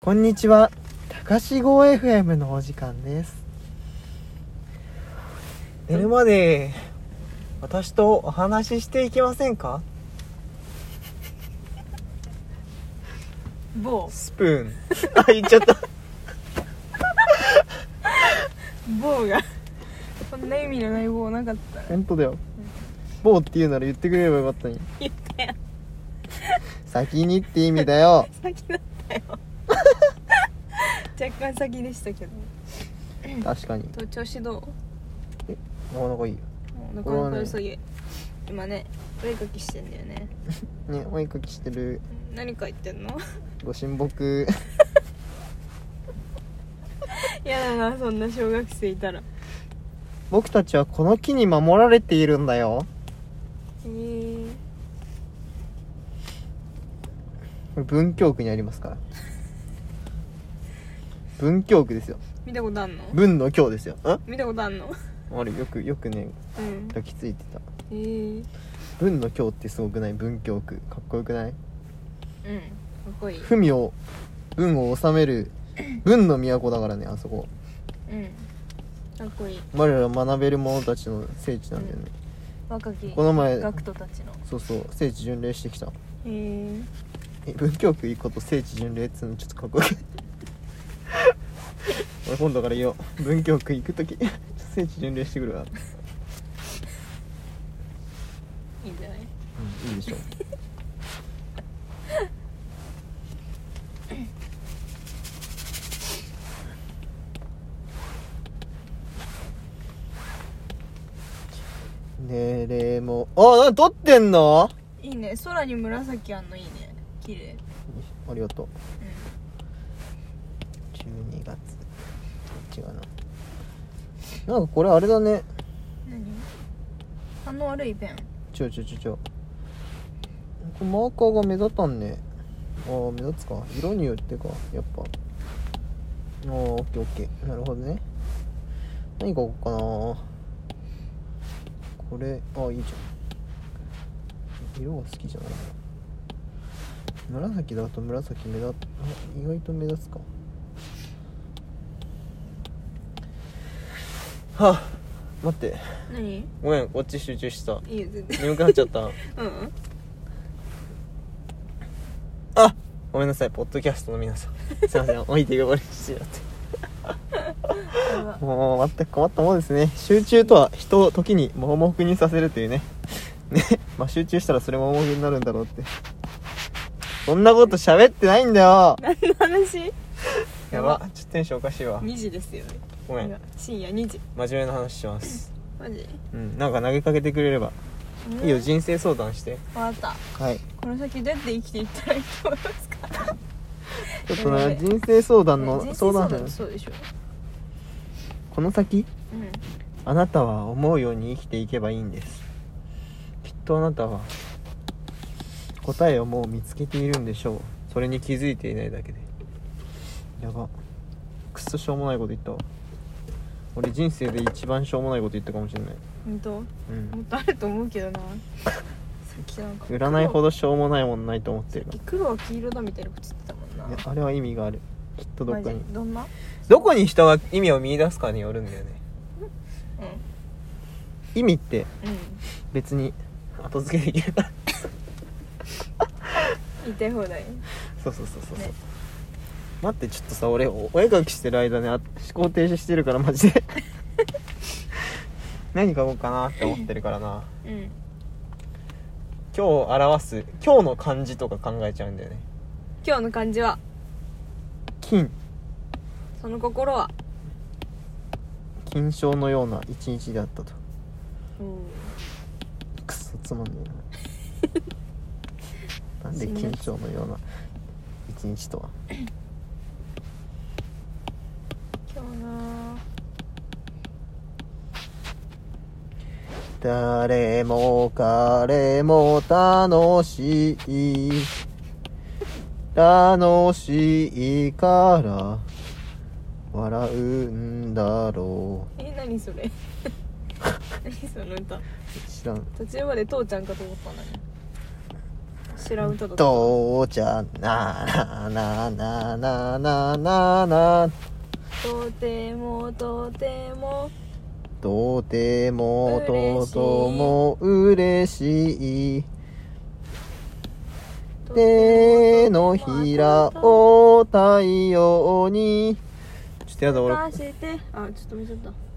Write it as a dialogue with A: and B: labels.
A: こんにちは。高志号 FM のお時間です。寝るまで私とお話ししていきませんか
B: 某
A: スプーン。 あ、言っちゃった。
B: 某が そんな意味のない棒なかった
A: 本当だよ。某って言うなら言ってくれればよかったのに。
B: 言ったやん
A: 先にって意味だよ。
B: 先だった よ若干先でしたけど
A: 確かに。
B: と調子ど
A: なかなかいいよ。
B: うなかなか良さげ、今ねお絵かきしてんだよね
A: ね、お絵かきしてる。
B: 何 書いてんの
A: ご神木。
B: 嫌だなそんな小学生いたら
A: 僕たちはこの木に守られているんだよ。
B: えー、
A: これ文京区にありますから。文京区ですよ。
B: 見たことあんの
A: 文の京ですよ。ん
B: 見たことあんの
A: あれよくよくね
B: うん
A: 抱きついてた
B: えー、
A: 文の京ってすごくない文京区かっこよくない
B: うんかっこいい
A: 文を文を治める文の都だからねあそこ
B: うんかっこいい
A: 我ら学べる者たちの聖地なんだよね、
B: 若き
A: この前
B: 学徒たちの
A: そうそう聖地巡礼してきた
B: へえ
A: え文京区行くこと聖地巡礼っつうのちょっとかっこよくない 俺今度から言おう文京区行く時 聖地巡礼してくるわ、
B: いいんじゃない
A: うん、いいでしょねれもあな撮ってんの
B: いいね空に紫あんのいいね綺麗
A: ありがとう
B: う
A: 12月違うななんかこれあれだね
B: ん何反応悪いペン
A: ちょちょちょちょこれマーカーが目立たんねああ目立つか色によってかやっぱああオッケーオッケーなるほどね何書こうかなこれああいいじゃん色が好きじゃないな紫だと紫目立っあ意外と目立つかはあ待って
B: 何い
A: ごめんこっち集中してた
B: いよ全然
A: 眠くなっちゃった
B: うん
A: あごめんなさいポッドキャストの皆さん すいません置いてこぼれしてしまって
B: やば
A: もう全く困ったもんですね集中とは人を時に盲目にさせるというね ねまあ集中したらそれ盲目になるんだろうってそんなこと喋ってないんだよ
B: 何の話
A: やばちょっとテンションおかしいわ
B: 2時ですよね
A: ごめん
B: 今深夜2時
A: 真面目な話します
B: マジ
A: うんなんか投げかけてくれればいいよ人生相談して
B: 分かった
A: はい
B: この先どうやって生きていったらいいと思いますか
A: ちょっとな
B: やばい
A: 人生相談
B: 人
A: の
B: 生
A: 相談
B: 相談
A: 者
B: そうでしょ
A: この先
B: うん
A: あなたは思うように生きていけばいいんですきっとあなたは答えをもう見つけているんでしょうそれに気づいていないだけでやばくっそしょうもないこと言ったわ俺人生で一番しょうもないこと言ったかもしれない
B: 本当も
A: うん
B: っとあると思うけどなさっきなんか
A: 占いほどしょうもないもんないと思ってるか
B: 黒は黄色だみたいなこと言ってたもんな
A: らいやあれは意味があるきっとどっか
B: マ
A: に
B: ジどんな
A: どこに人が意味を見出すかによるんだよね
B: う
A: 意味って
B: んうん
A: 別に後付けできるから
B: 言いたい放題
A: そうそうそうそうそう
B: ね
A: 待ってちょっとさ俺おお絵描きしてる間ねあ思考停止してるからマジで 何書こうかなって思ってるからな
B: うん
A: 今日を表す今日の漢字とか考えちゃうんだよね
B: 今日の漢字は
A: 金
B: その心は
A: 金賞のような一日だったと
B: うん
A: くっそつまんねえななんで金賞のような一日とは
B: 今日な
A: 誰も彼も楽しい楽しいから笑うんだろ
B: え何それ何その歌
A: う知らん
B: 途中まで父ちゃんかと思ったのに白歌だった
A: 父ちゃんなーなーなーなーなーなーなー
B: とてもとても
A: とてもとても嬉しい
B: と
A: 手
B: て
A: の
B: も
A: ひらを太陽にちょっとやだ俺
B: 出してあちょっと見ちゃった